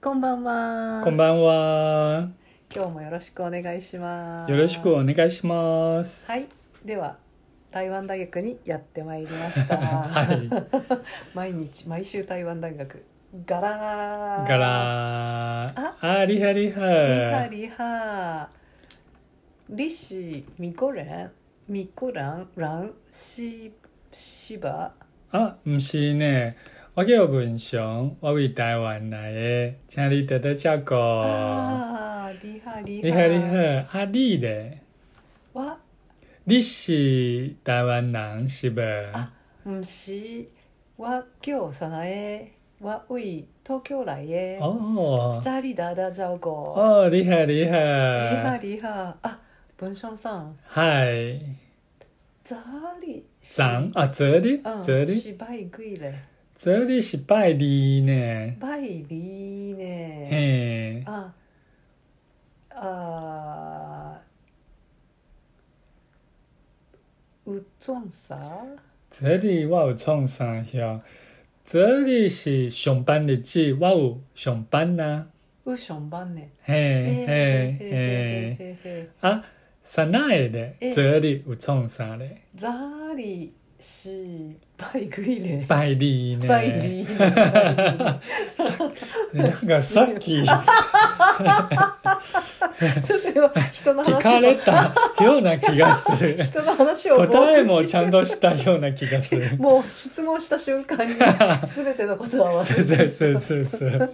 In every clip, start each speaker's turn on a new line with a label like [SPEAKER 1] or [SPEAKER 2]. [SPEAKER 1] こんばんは。
[SPEAKER 2] こんばんは。
[SPEAKER 1] 今日もよろしくお願いします。
[SPEAKER 2] よろしくお願いします。
[SPEAKER 1] はい。では台湾大学にやってまいりました。
[SPEAKER 2] はい。
[SPEAKER 1] 毎日毎週台湾大学ガラー。
[SPEAKER 2] ガラ
[SPEAKER 1] あ
[SPEAKER 2] ー。あ、リハリハ。
[SPEAKER 1] リハリハ。リシミコレンミコランランシシバ。
[SPEAKER 2] あ、不是呢。我叫文雄，我为台湾来的，请你多多照顾。
[SPEAKER 1] あーリハリハ。
[SPEAKER 2] リハリ。ハ。啊，你嘞？
[SPEAKER 1] わ
[SPEAKER 2] 你是台湾人是不？
[SPEAKER 1] あ唔是。わ今日さなえ。わうい東京来え。
[SPEAKER 2] 哦，
[SPEAKER 1] 家里打打照顾。
[SPEAKER 2] 哦，厉害厉
[SPEAKER 1] 厉害
[SPEAKER 2] 害。
[SPEAKER 1] 厉害啊！文双上，
[SPEAKER 2] 嗨，
[SPEAKER 1] 这里
[SPEAKER 2] 长啊，这里
[SPEAKER 1] 嗯，
[SPEAKER 2] 这里
[SPEAKER 1] 是拜鬼嘞，
[SPEAKER 2] 这里是拜二呢。
[SPEAKER 1] 拜礼呢？
[SPEAKER 2] 嘿。
[SPEAKER 1] 啊啊，有装啥？
[SPEAKER 2] 这里我有创啥呀？这里是上班日子，我有上班呐、
[SPEAKER 1] 有上班呢？
[SPEAKER 2] 嘿
[SPEAKER 1] 嘿
[SPEAKER 2] 嘿
[SPEAKER 1] 嘿
[SPEAKER 2] 嘿
[SPEAKER 1] 嘿嘿嘿，
[SPEAKER 2] 啊，啥那会咧？
[SPEAKER 1] 嘿
[SPEAKER 2] 这里有创啥咧？
[SPEAKER 1] 这里是拜鬼嘞，
[SPEAKER 2] 拜你呢？
[SPEAKER 1] 拜礼呢？
[SPEAKER 2] 那个さっき聞
[SPEAKER 1] ちょっと今人の話
[SPEAKER 2] かれ
[SPEAKER 1] を
[SPEAKER 2] たような気がす る。
[SPEAKER 1] 人の話を。
[SPEAKER 2] 答えもちゃんとしたような気がす る
[SPEAKER 1] もう質問した瞬間に全てのことは忘
[SPEAKER 2] そう
[SPEAKER 1] れ
[SPEAKER 2] そ
[SPEAKER 1] て
[SPEAKER 2] う
[SPEAKER 1] し
[SPEAKER 2] そうそうそ
[SPEAKER 1] ま
[SPEAKER 2] う。
[SPEAKER 1] う。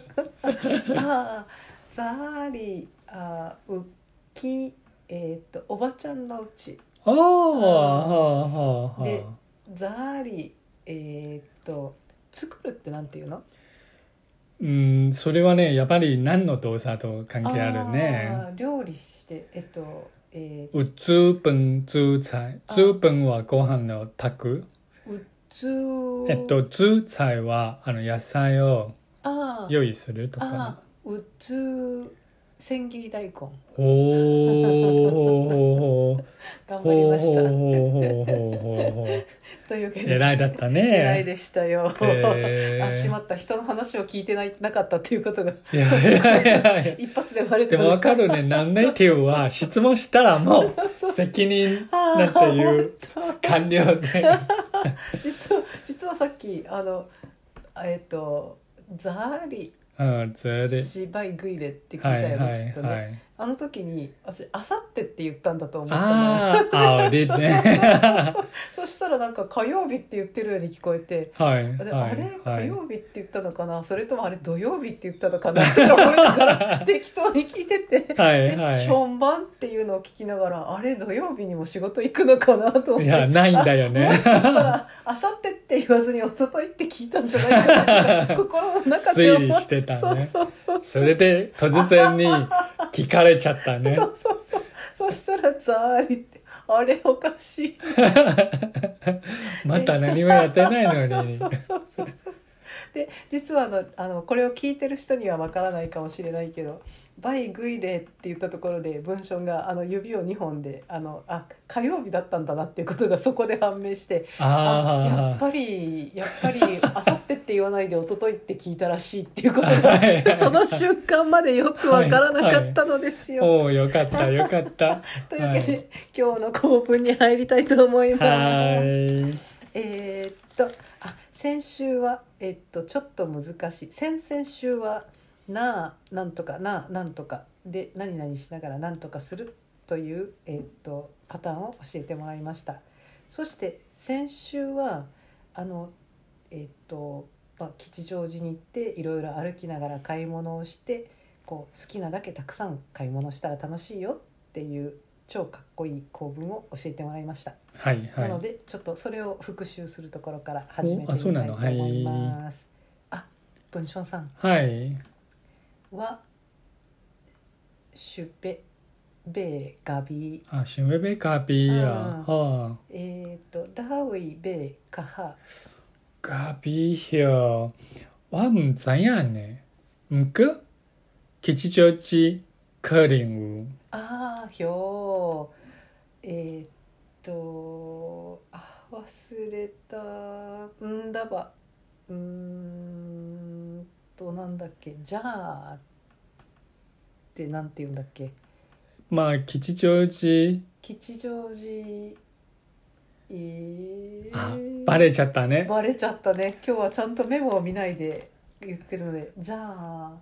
[SPEAKER 1] ああザーリあウッキえっ、とおばちゃんのうち
[SPEAKER 2] おーほうほうほ
[SPEAKER 1] で
[SPEAKER 2] う。
[SPEAKER 1] ザーリえっ、と作るってなんていうの？
[SPEAKER 2] うん、それはね、やっぱり何の動作と関係あるね。
[SPEAKER 1] あー料理してえっ、とえ
[SPEAKER 2] うつぶんつ菜。
[SPEAKER 1] あ
[SPEAKER 2] つぶんはご飯の炊く。
[SPEAKER 1] ー、うつ
[SPEAKER 2] えっと、つ菜はあの野菜を
[SPEAKER 1] あー
[SPEAKER 2] 用意すると
[SPEAKER 1] あ
[SPEAKER 2] か。
[SPEAKER 1] ーうつ千切り大根
[SPEAKER 2] おーほー
[SPEAKER 1] 頑張り
[SPEAKER 2] ほーほー
[SPEAKER 1] ました。
[SPEAKER 2] ほーほーほーほーほー。
[SPEAKER 1] というわけで
[SPEAKER 2] 偉いだったね。
[SPEAKER 1] 偉いでしたよ。
[SPEAKER 2] へー
[SPEAKER 1] あしまった人の話を聞いてないなかったっていうことが
[SPEAKER 2] いやいやいや。
[SPEAKER 1] 一発でバレて
[SPEAKER 2] でもわかるね。何ネイティブは質問したら もう責任なんていう完了で。
[SPEAKER 1] 実は実はさっきあのあえっ、とザーリ
[SPEAKER 2] うん、それで。
[SPEAKER 1] 芝居グイレって聞いた
[SPEAKER 2] は
[SPEAKER 1] よね、
[SPEAKER 2] いはい
[SPEAKER 1] きっと
[SPEAKER 2] は
[SPEAKER 1] ね
[SPEAKER 2] い。
[SPEAKER 1] あの時に私「あさって」って言ったんだと思ったの
[SPEAKER 2] ああ、あり ね。
[SPEAKER 1] そしたらなんか火曜日って言ってるように聞こえて。
[SPEAKER 2] はい。
[SPEAKER 1] あで
[SPEAKER 2] は
[SPEAKER 1] あれ
[SPEAKER 2] い。は
[SPEAKER 1] 火
[SPEAKER 2] い。
[SPEAKER 1] 曜日って言ったのかな、それともあれ土曜日って言ったのかなって思いなが ら適当に聞いてて
[SPEAKER 2] はい。
[SPEAKER 1] え
[SPEAKER 2] は
[SPEAKER 1] 本番っていうのを聞きながらあれ土曜日にも仕事行くのかなと思っ
[SPEAKER 2] い。
[SPEAKER 1] て
[SPEAKER 2] いや、ないんだよね。
[SPEAKER 1] そしたらあさってって言わずに一昨日って聞いたんじゃないかな って心の中で
[SPEAKER 2] 推理してたね
[SPEAKER 1] そうそうそう
[SPEAKER 2] それで、突然に聞かれちゃったね
[SPEAKER 1] そ。うそうそうそしたらザーリってあれおかしい
[SPEAKER 2] また何もやってない
[SPEAKER 1] そ
[SPEAKER 2] の
[SPEAKER 1] う
[SPEAKER 2] に
[SPEAKER 1] そ。うそうそうそうで実はあのあのこれを聞いてる人にはわからないかもしれないけど「バイ・グイレ」って言ったところで文章があの指を2本であのあ火曜日だったんだなっていうことがそこで判明してあやっ
[SPEAKER 2] あ
[SPEAKER 1] ぱりやっぱりあさってって言わないで一昨日って聞いたらしいっていうこと が
[SPEAKER 2] あ。
[SPEAKER 1] その瞬間までよくわからなかったのですよ。
[SPEAKER 2] おお、よかった、よか った。
[SPEAKER 1] というわけで、今日の構文に入りたいと思います。
[SPEAKER 2] はい。
[SPEAKER 1] えーっとあ先週はえっとちょっと難しい先々週は「なあなんとかなあなんとか」で何々しながらなんとかするという、えっとパターンを教えてもらいましたそして先週はあのえっと、まあ、吉祥寺に行っていろいろ歩きながら買い物をしてこう好きなだけたくさん買い物したら楽しいよっていう超かっこいい構文を教えてもらいました。
[SPEAKER 2] はい、は
[SPEAKER 1] ないの。でちょっとそれを復習するところから始めて
[SPEAKER 2] おあそう
[SPEAKER 1] みた
[SPEAKER 2] ない
[SPEAKER 1] と
[SPEAKER 2] の
[SPEAKER 1] 思います。あ、文章さん
[SPEAKER 2] はい。
[SPEAKER 1] はシュペベガビ
[SPEAKER 2] あ、シュンベベカビや。はあ。
[SPEAKER 1] えっ、とダーウィベカハ
[SPEAKER 2] 咖啡哟，我唔知影呢。毋过，吉祥寺可能有。
[SPEAKER 1] あーひょーえっ、とあ忘れたんだばうーんととなんだっけじゃあってなんて言うんだっけ
[SPEAKER 2] まあ吉祥寺
[SPEAKER 1] 吉祥寺え
[SPEAKER 2] あ
[SPEAKER 1] ー、
[SPEAKER 2] バレちゃったね
[SPEAKER 1] バレちゃったね今日はちゃんとメモを見ないで言ってるのでじゃあ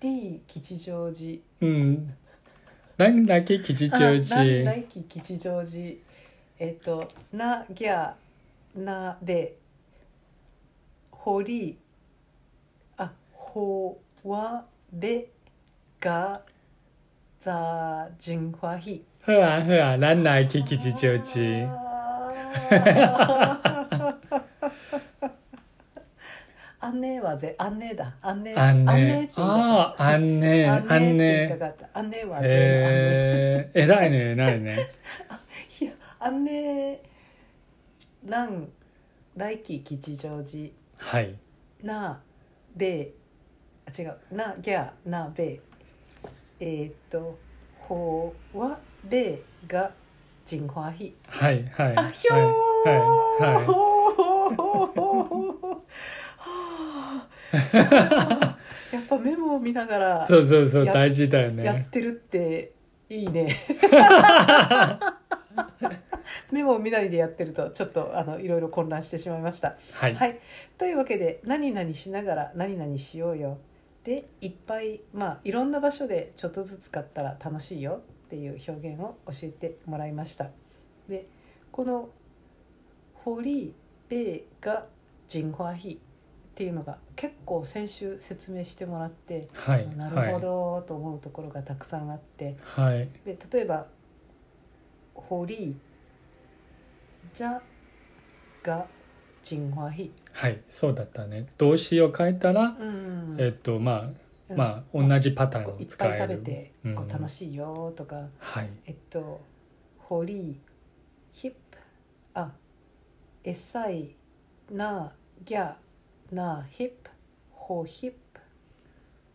[SPEAKER 1] D 吉祥寺
[SPEAKER 2] うんなんだっけ吉
[SPEAKER 1] あ
[SPEAKER 2] 祥
[SPEAKER 1] なん
[SPEAKER 2] 寺
[SPEAKER 1] 来期吉祥寺えっとなぎゃなで堀あほわでがざじんわひ
[SPEAKER 2] 好啊好啊咱来去吉祥寺
[SPEAKER 1] あんねはぜあんねだあんね
[SPEAKER 2] あん
[SPEAKER 1] あんねっ
[SPEAKER 2] ね
[SPEAKER 1] て言いたか
[SPEAKER 2] あ
[SPEAKER 1] った
[SPEAKER 2] ああんねあ
[SPEAKER 1] あん
[SPEAKER 2] ん
[SPEAKER 1] ねって言いた
[SPEAKER 2] ね
[SPEAKER 1] かったあんねはぜあんね
[SPEAKER 2] えー、偉いね偉いね
[SPEAKER 1] いや姉蘭来期吉祥寺
[SPEAKER 2] はい
[SPEAKER 1] なべあ違うなぎゃなべえーっとほわべが人花ひ
[SPEAKER 2] はいはい
[SPEAKER 1] あひょー
[SPEAKER 2] はいはいはい
[SPEAKER 1] はあやっぱメモを見ながら
[SPEAKER 2] そうそうそう
[SPEAKER 1] や
[SPEAKER 2] 大事だよ
[SPEAKER 1] やっ
[SPEAKER 2] ね
[SPEAKER 1] てるっていいね。メモを見ないでやってるとちょっとあのいろいろ混乱してしまいました。
[SPEAKER 2] はい、
[SPEAKER 1] はい、というわけで「何々しながら何々しようよ」でいっぱいまあいろんな場所でちょっとずつ使ったら楽しいよっていう表現を教えてもらいました。でこの「堀米が人花ひ」っていうのが結構先週説明してもらって
[SPEAKER 2] はい
[SPEAKER 1] なるほどと思うところがたくさんあって
[SPEAKER 2] はい
[SPEAKER 1] で例えば「堀じゃがちんわひ
[SPEAKER 2] はいそうだったね動詞を変えた」ら、
[SPEAKER 1] うん
[SPEAKER 2] えっとまあ
[SPEAKER 1] うん
[SPEAKER 2] まあ同じパター
[SPEAKER 1] こ
[SPEAKER 2] ン
[SPEAKER 1] う
[SPEAKER 2] を
[SPEAKER 1] いっ
[SPEAKER 2] 使え
[SPEAKER 1] ぱ
[SPEAKER 2] る
[SPEAKER 1] い食べて
[SPEAKER 2] うん
[SPEAKER 1] こう楽しいよとか、
[SPEAKER 2] はい
[SPEAKER 1] えっと「堀ヒップあえっさいなギャなヒップほヒップ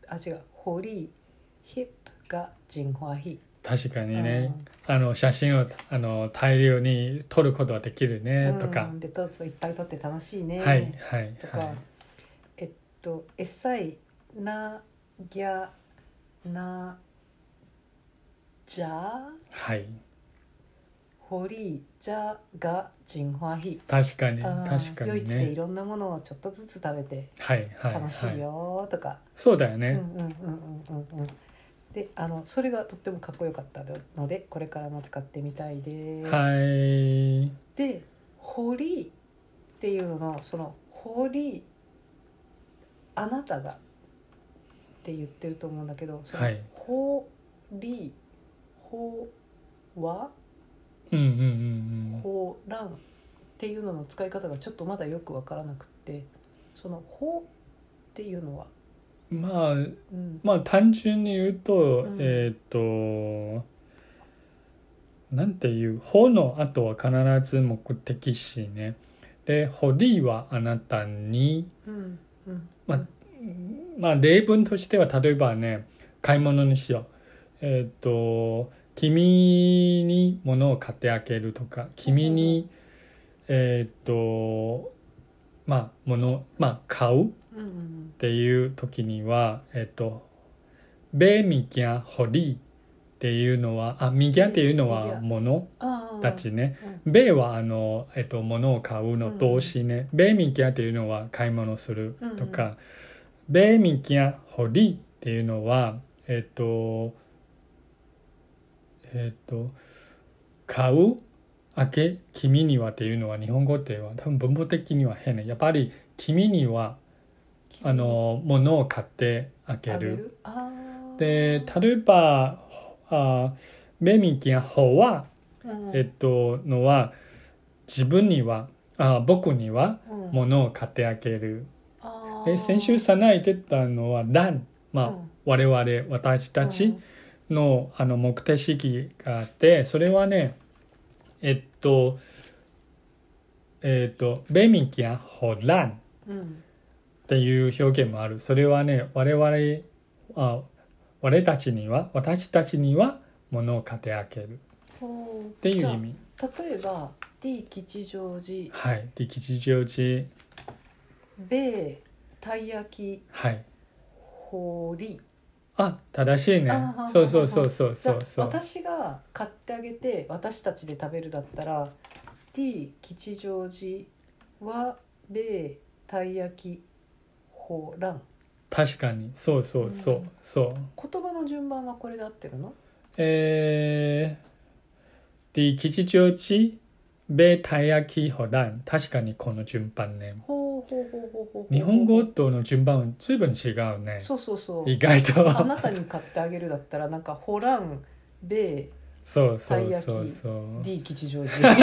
[SPEAKER 1] あ違う堀ヒップがちんわひ」
[SPEAKER 2] 確かにね
[SPEAKER 1] う、ん
[SPEAKER 2] あの写真をあの大量に撮ることはできるね、と
[SPEAKER 1] う
[SPEAKER 2] か
[SPEAKER 1] ん、でとそういっぱい撮って楽しいね、
[SPEAKER 2] はいはい
[SPEAKER 1] とか、
[SPEAKER 2] はい
[SPEAKER 1] えっと「えっさいなぎゃなじゃ
[SPEAKER 2] はい
[SPEAKER 1] ほりじゃがじんわひ
[SPEAKER 2] 確か」に
[SPEAKER 1] あー
[SPEAKER 2] 確か
[SPEAKER 1] 夜
[SPEAKER 2] に
[SPEAKER 1] 市でい
[SPEAKER 2] ね
[SPEAKER 1] ろんなものをちょっとずつ食べて
[SPEAKER 2] はいはい
[SPEAKER 1] 楽しい
[SPEAKER 2] はい
[SPEAKER 1] よとか、
[SPEAKER 2] そうだよ
[SPEAKER 1] うん
[SPEAKER 2] ね、
[SPEAKER 1] うんうんうんうんうんであのそれがとってもかっこよかったのでこれからも使ってみたいです。
[SPEAKER 2] はい
[SPEAKER 1] で「堀」っていうののその「堀」「あなたが」って言ってると思うんだけど「その
[SPEAKER 2] はい
[SPEAKER 1] 堀」「ほわ」
[SPEAKER 2] うんうん
[SPEAKER 1] 「
[SPEAKER 2] うんうん
[SPEAKER 1] ほらん」っていうのの使い方がちょっとまだよく分からなくってその「ほ」っていうのは、
[SPEAKER 2] まあ
[SPEAKER 1] うん、
[SPEAKER 2] まあ単純に言うと、
[SPEAKER 1] うん
[SPEAKER 2] えっ、となんていう「ほ」の後は必ず目的詞ねで「ほり」はあなたに
[SPEAKER 1] うんうん
[SPEAKER 2] まあまあ例文としては例えばね買い物にしようえっ、と君に物を買ってあげるとか君に、えっ、とまあ物まあ買う
[SPEAKER 1] うんうん
[SPEAKER 2] っていう時には、えっと、べみぎゃほりっていうのは、あ、みぎゃっていうの
[SPEAKER 1] みぎ
[SPEAKER 2] は
[SPEAKER 1] ゃ
[SPEAKER 2] 物
[SPEAKER 1] あー
[SPEAKER 2] たちね
[SPEAKER 1] うん。
[SPEAKER 2] べはあの、えっと、物を買うの動詞ね。べみぎゃっていうのは買い物するとか、べみぎゃほりっていうのは、えっと、えっと、買うあけ君にはっていうのは日本語では多分文法的には変ね。やっぱり君にはあの物を買ってあげ
[SPEAKER 1] あげ
[SPEAKER 2] る。
[SPEAKER 1] るあー
[SPEAKER 2] で例えばあメミキやホは、
[SPEAKER 1] うん
[SPEAKER 2] えっとのは自分にはあ僕には
[SPEAKER 1] うん
[SPEAKER 2] 物を買ってあげる。
[SPEAKER 1] あー
[SPEAKER 2] で先週さないてたのは「ラン」まあ、
[SPEAKER 1] うん
[SPEAKER 2] 我々私たちのあの目的意があってそれはねえっとえっと「ベミキやホラン」
[SPEAKER 1] うん
[SPEAKER 2] っていう表現もある。それはね、我々、あ我たちには、私たちには物を買ってあげるっ
[SPEAKER 1] ほう
[SPEAKER 2] ていう
[SPEAKER 1] じゃ
[SPEAKER 2] 意
[SPEAKER 1] あ
[SPEAKER 2] 味。
[SPEAKER 1] 例えば D 吉祥寺
[SPEAKER 2] はい。で、吉祥寺、
[SPEAKER 1] 米たい焼き
[SPEAKER 2] はい。
[SPEAKER 1] ほり
[SPEAKER 2] あ正しいね
[SPEAKER 1] あはは
[SPEAKER 2] そうそうそうそう
[SPEAKER 1] じ
[SPEAKER 2] そ
[SPEAKER 1] ゃ
[SPEAKER 2] う
[SPEAKER 1] あ
[SPEAKER 2] そう
[SPEAKER 1] 私が買ってあげて私たちで食べるだったら T 吉祥寺和米たい焼きほらん
[SPEAKER 2] 確かにそうそうそう、
[SPEAKER 1] うん
[SPEAKER 2] そう
[SPEAKER 1] 言葉の順番はこれで合ってるの
[SPEAKER 2] えー、で吉祥寺米たい焼きホラン確かにこの順番ね
[SPEAKER 1] ほうほうほうほうほうほう
[SPEAKER 2] 日本語との順番は随分違うね
[SPEAKER 1] そうそうそう
[SPEAKER 2] 意外と
[SPEAKER 1] あなたに買ってあげるだったらなんかホラン米
[SPEAKER 2] そうそう
[SPEAKER 1] たい
[SPEAKER 2] そう
[SPEAKER 1] 焼き
[SPEAKER 2] そう
[SPEAKER 1] D 吉祥寺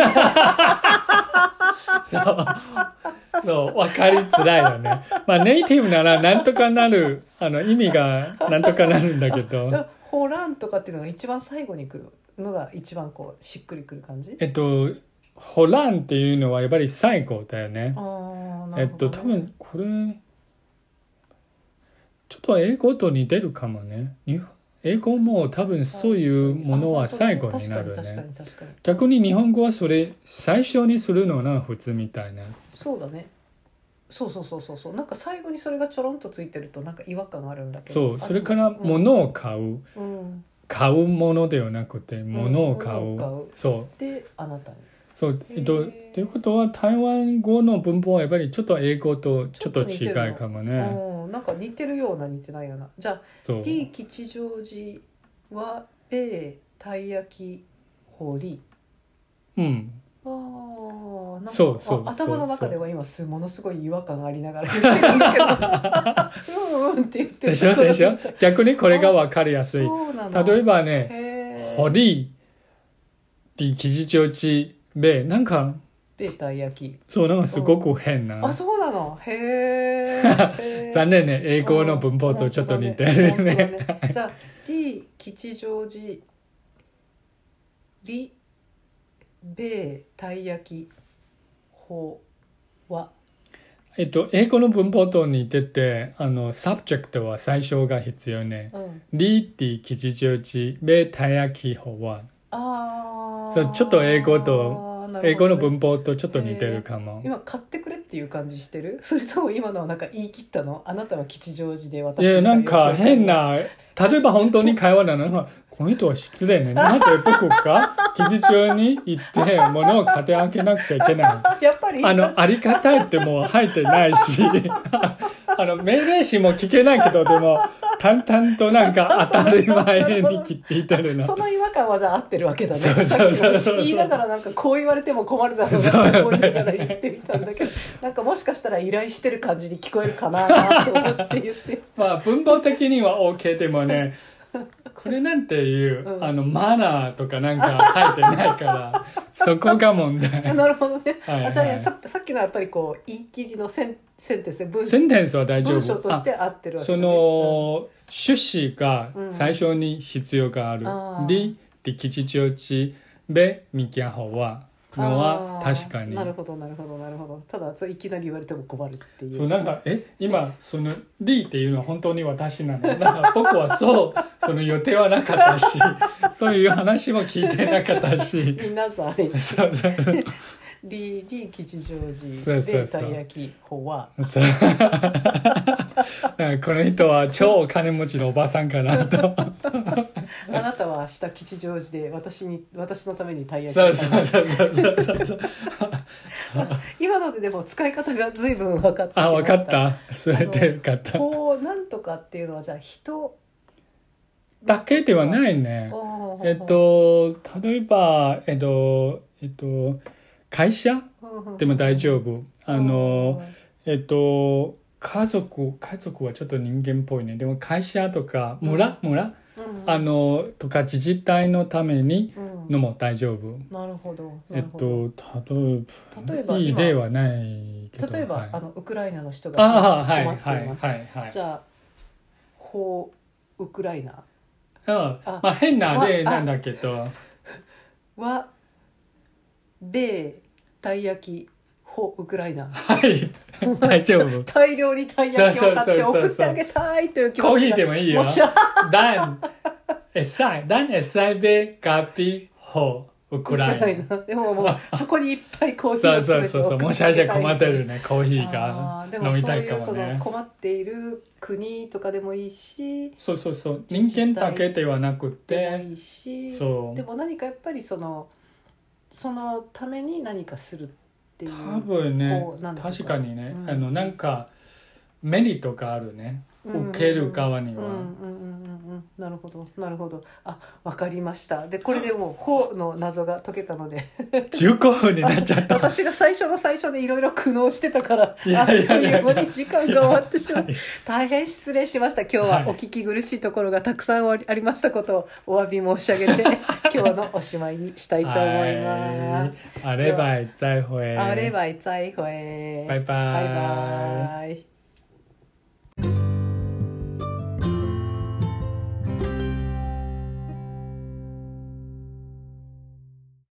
[SPEAKER 2] そうそう分かりづらいよねまあネイティブならなんとかなるあの意味がなんとかなるんだけど
[SPEAKER 1] ホランとかっていうのが一番最後に来るのが一番こうしっくりくる感じ
[SPEAKER 2] えっとホランっていうのはやっぱり最後だよね
[SPEAKER 1] あーなる
[SPEAKER 2] えっ
[SPEAKER 1] ほどね
[SPEAKER 2] と多分これちょっと英語と似てるかもね日本英語も多分そういうものは最後になる
[SPEAKER 1] あ本当だ
[SPEAKER 2] ね
[SPEAKER 1] 確かに確かに確か
[SPEAKER 2] 逆に日本語はそれ最初にするのが普通みたいな
[SPEAKER 1] にそうだねそうそうそうそうそうなんか最後にそれがちょろんとついてるとなんか違和感あるんだけ
[SPEAKER 2] そ
[SPEAKER 1] ど
[SPEAKER 2] う
[SPEAKER 1] あ
[SPEAKER 2] それから
[SPEAKER 1] うん
[SPEAKER 2] 物を買う
[SPEAKER 1] うん
[SPEAKER 2] 買うものではなくて物を買
[SPEAKER 1] 物を買
[SPEAKER 2] う
[SPEAKER 1] う
[SPEAKER 2] そう
[SPEAKER 1] であなたに
[SPEAKER 2] そう
[SPEAKER 1] へー
[SPEAKER 2] えっとということは台湾語の文法はやっぱりちょっと英語とちょっと違いかもね
[SPEAKER 1] うんなんか似てるような似てないようなじゃあ
[SPEAKER 2] そう
[SPEAKER 1] D 吉祥寺は米たい焼き堀
[SPEAKER 2] うん
[SPEAKER 1] あーなんか
[SPEAKER 2] そうそう
[SPEAKER 1] あ頭の
[SPEAKER 2] そうそ
[SPEAKER 1] 中
[SPEAKER 2] う
[SPEAKER 1] では今すものすごい違和感ありながら言ってるんだけどうんうんって言って
[SPEAKER 2] でしょでしょ逆にこれが分かりやすい
[SPEAKER 1] そうなの
[SPEAKER 2] 例えばね
[SPEAKER 1] へー
[SPEAKER 2] 堀って吉祥寺でなんか
[SPEAKER 1] でたい焼き
[SPEAKER 2] そうなんかすごく変な
[SPEAKER 1] あそうなのへえ
[SPEAKER 2] 残念ね英語の文法とちょっと似てるね
[SPEAKER 1] じゃあ D 吉祥寺リ米たい焼きほわ
[SPEAKER 2] えっと英語の文法と似ててあのサブジェクトは最初が必要ね
[SPEAKER 1] うん
[SPEAKER 2] リって吉祥寺でたい焼き法は
[SPEAKER 1] あー
[SPEAKER 2] そうちょっと英語と
[SPEAKER 1] あーなるほどね
[SPEAKER 2] 英語の文法とちょっと似てるかも
[SPEAKER 1] 今買ってくれっていう感じしてる それとも今のはなんか言い切ったのあなたは吉祥寺で私
[SPEAKER 2] いやなん か変
[SPEAKER 1] あ
[SPEAKER 2] な例えば本当に会話なのがこの人は失礼ねなんで僕が吉祥寺に行って物を買ってあげなくちゃいけない
[SPEAKER 1] やっぱり
[SPEAKER 2] あの、ありがたいってもう入ってないし、 あの、命令詞も聞けないけど、でも、淡々となんか当たり前に聞いてるな。
[SPEAKER 1] その違和感はじゃあ合ってるわけだね。
[SPEAKER 2] そうそうそうそう
[SPEAKER 1] さっき言いながらなんかこう言われても困るだろうなって思いながら言ってみたんだ けど、なんかもしかしたら依頼してる感じに聞こえるかなと 思って言って。
[SPEAKER 2] まあ、文法的には OK でもね、これなんていう、
[SPEAKER 1] うん
[SPEAKER 2] あの、マナーとかなんか入ってないから、そこが問題。
[SPEAKER 1] なるほどね。
[SPEAKER 2] はいはい
[SPEAKER 1] あじゃあささっきのはやっぱりこう言い切りのセンセンテンスで文
[SPEAKER 2] センテンスは大丈
[SPEAKER 1] 文章
[SPEAKER 2] 夫。
[SPEAKER 1] として合ってるわけ
[SPEAKER 2] そ
[SPEAKER 1] だね。
[SPEAKER 2] の趣旨が
[SPEAKER 1] うん
[SPEAKER 2] 最初に必要がある。
[SPEAKER 1] あー
[SPEAKER 2] で、で吉祥寺、で、ミキアホは、
[SPEAKER 1] うん
[SPEAKER 2] のは確かに。
[SPEAKER 1] なるほどなるほどなるほど。ただそういきなり言われても困るっていう。
[SPEAKER 2] そうなんかえ今その D っていうのは本当に私なの なんか僕はそうその予定はなかったし そういう話も聞いてなかったし
[SPEAKER 1] みんなさ
[SPEAKER 2] そうそうそう
[SPEAKER 1] リーディ吉祥
[SPEAKER 2] そ
[SPEAKER 1] 寺
[SPEAKER 2] うそうそう
[SPEAKER 1] でたい焼きほわ。
[SPEAKER 2] そう なんかこの人は超お金持ちのおばさんかなと
[SPEAKER 1] あなたは明日吉祥寺で私に私のためにたい焼き
[SPEAKER 2] そ
[SPEAKER 1] を
[SPEAKER 2] うそうそうそうそうそうそう
[SPEAKER 1] 今のででも使い方が随分分かってきました
[SPEAKER 2] あ分かったそれでよかった
[SPEAKER 1] こうなんとかっていうのはじゃあ人
[SPEAKER 2] だけではないね
[SPEAKER 1] おー
[SPEAKER 2] えっと例えばえっとえっと会社でも大丈夫あの、えっと、家族、家族はちょっと人間っぽいね。でも会社とか村、村、
[SPEAKER 1] うんうんうん
[SPEAKER 2] あの、とか自治体のために
[SPEAKER 1] うん
[SPEAKER 2] のも大丈夫。
[SPEAKER 1] なるほどな
[SPEAKER 2] えっ
[SPEAKER 1] るほど
[SPEAKER 2] と、
[SPEAKER 1] 例
[SPEAKER 2] 例
[SPEAKER 1] え
[SPEAKER 2] えば、
[SPEAKER 1] ば
[SPEAKER 2] いい
[SPEAKER 1] 今
[SPEAKER 2] 例はないけど。
[SPEAKER 1] 例えば、
[SPEAKER 2] はい
[SPEAKER 1] あのウクライナの人
[SPEAKER 2] あ
[SPEAKER 1] が
[SPEAKER 2] あ、はい、
[SPEAKER 1] 困
[SPEAKER 2] は
[SPEAKER 1] っ
[SPEAKER 2] い、
[SPEAKER 1] ています、
[SPEAKER 2] はい、はい。
[SPEAKER 1] じゃあ法ウクライナ
[SPEAKER 2] うん
[SPEAKER 1] あ
[SPEAKER 2] まあ、変な例なんだけど、
[SPEAKER 1] は米たい焼き法ウクライナ
[SPEAKER 2] はい、 大丈夫。
[SPEAKER 1] 大量にたい焼きを買って
[SPEAKER 2] そうそうそうそう
[SPEAKER 1] 送ってあげたいという気
[SPEAKER 2] コー
[SPEAKER 1] 持
[SPEAKER 2] ヒ
[SPEAKER 1] ち
[SPEAKER 2] ー
[SPEAKER 1] が
[SPEAKER 2] でもいいよ
[SPEAKER 1] も。しあ
[SPEAKER 2] ダン、エサイ、ダンエサイベガビホ。ウクライナ
[SPEAKER 1] みたいなでももう箱にいっぱいコーヒ
[SPEAKER 2] そ
[SPEAKER 1] ーを
[SPEAKER 2] うそう
[SPEAKER 1] 全て
[SPEAKER 2] そう
[SPEAKER 1] 送
[SPEAKER 2] そう
[SPEAKER 1] って
[SPEAKER 2] もしかしたら困ってるねコーヒ
[SPEAKER 1] い
[SPEAKER 2] ーが飲みたいかも
[SPEAKER 1] そういうその
[SPEAKER 2] ね
[SPEAKER 1] 困っている国とかでもいいし
[SPEAKER 2] そうそうそう
[SPEAKER 1] 自
[SPEAKER 2] 人
[SPEAKER 1] 治体
[SPEAKER 2] 間だけではなく
[SPEAKER 1] でも
[SPEAKER 2] て
[SPEAKER 1] いいし
[SPEAKER 2] そう
[SPEAKER 1] でも何かやっぱりそのそのために何かするっていう
[SPEAKER 2] 多分ね
[SPEAKER 1] こうなんだろう
[SPEAKER 2] 確かにね、
[SPEAKER 1] うん
[SPEAKER 2] あのなんかメリットがあるね、
[SPEAKER 1] うん
[SPEAKER 2] 受ける側に
[SPEAKER 1] うんう
[SPEAKER 2] は、
[SPEAKER 1] んうんうんうんなるほどなるほどあわかりましたでこれで もう「ほ」の謎が解けたので
[SPEAKER 2] 15分になっちゃった
[SPEAKER 1] 私が最初の最初でいろいろ苦悩してたから
[SPEAKER 2] いや
[SPEAKER 1] あっと
[SPEAKER 2] いやいやいや
[SPEAKER 1] いう間に時間が終わってしまう
[SPEAKER 2] はい
[SPEAKER 1] 大変失礼しました今日
[SPEAKER 2] はい
[SPEAKER 1] はお聞き苦しいところがたくさんありありましたことをお詫び申し上 げて今日のおしまいにしたいと思います。
[SPEAKER 2] はいあればい再会
[SPEAKER 1] あればい再会
[SPEAKER 2] バイバイ
[SPEAKER 1] バイバイ